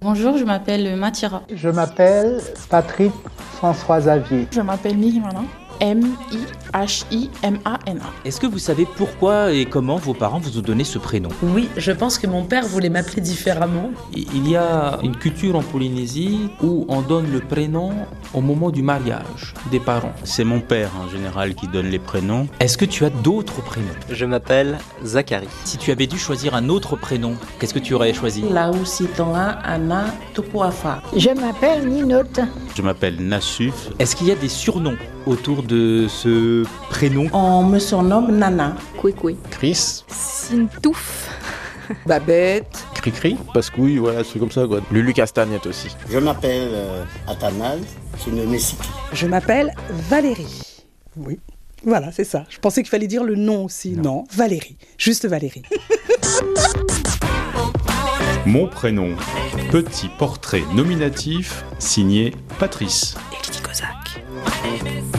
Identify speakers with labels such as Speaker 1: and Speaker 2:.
Speaker 1: Bonjour, je m'appelle Matira.
Speaker 2: Je m'appelle Patrick François Xavier.
Speaker 3: Je m'appelle Mihimana. M-I-H-I-M-A-N-A.
Speaker 4: Est-ce que vous savez pourquoi et comment vos parents vous ont donné ce prénom
Speaker 5: Oui, je pense que mon père voulait m'appeler différemment.
Speaker 6: Il y a une culture en Polynésie où on donne le prénom au moment du mariage des parents.
Speaker 7: C'est mon père en général qui donne les prénoms.
Speaker 4: Est-ce que tu as d'autres prénoms
Speaker 8: Je m'appelle Zachary.
Speaker 4: Si tu avais dû choisir un autre prénom, qu'est-ce que tu aurais choisi
Speaker 5: Laousitonga Anna Tupuafa.
Speaker 9: Je m'appelle Ninote.
Speaker 7: Je m'appelle Nassuf.
Speaker 4: Est-ce qu'il y a des surnoms autour de ce prénom
Speaker 5: On me surnomme Nana.
Speaker 10: Kouékoué.
Speaker 11: Chris.
Speaker 10: Sintouf.
Speaker 12: Babette.
Speaker 13: Cricri. Pascouille, voilà, c'est comme ça quoi.
Speaker 14: Lulu Castagnette aussi.
Speaker 15: Je m'appelle euh, Atanal, je me mets
Speaker 16: Je m'appelle Valérie. Oui. Voilà, c'est ça. Je pensais qu'il fallait dire le nom aussi. Non, non Valérie. Juste Valérie.
Speaker 17: Mon prénom. Petit portrait nominatif signé Patrice.
Speaker 18: Et Lydie Kozak.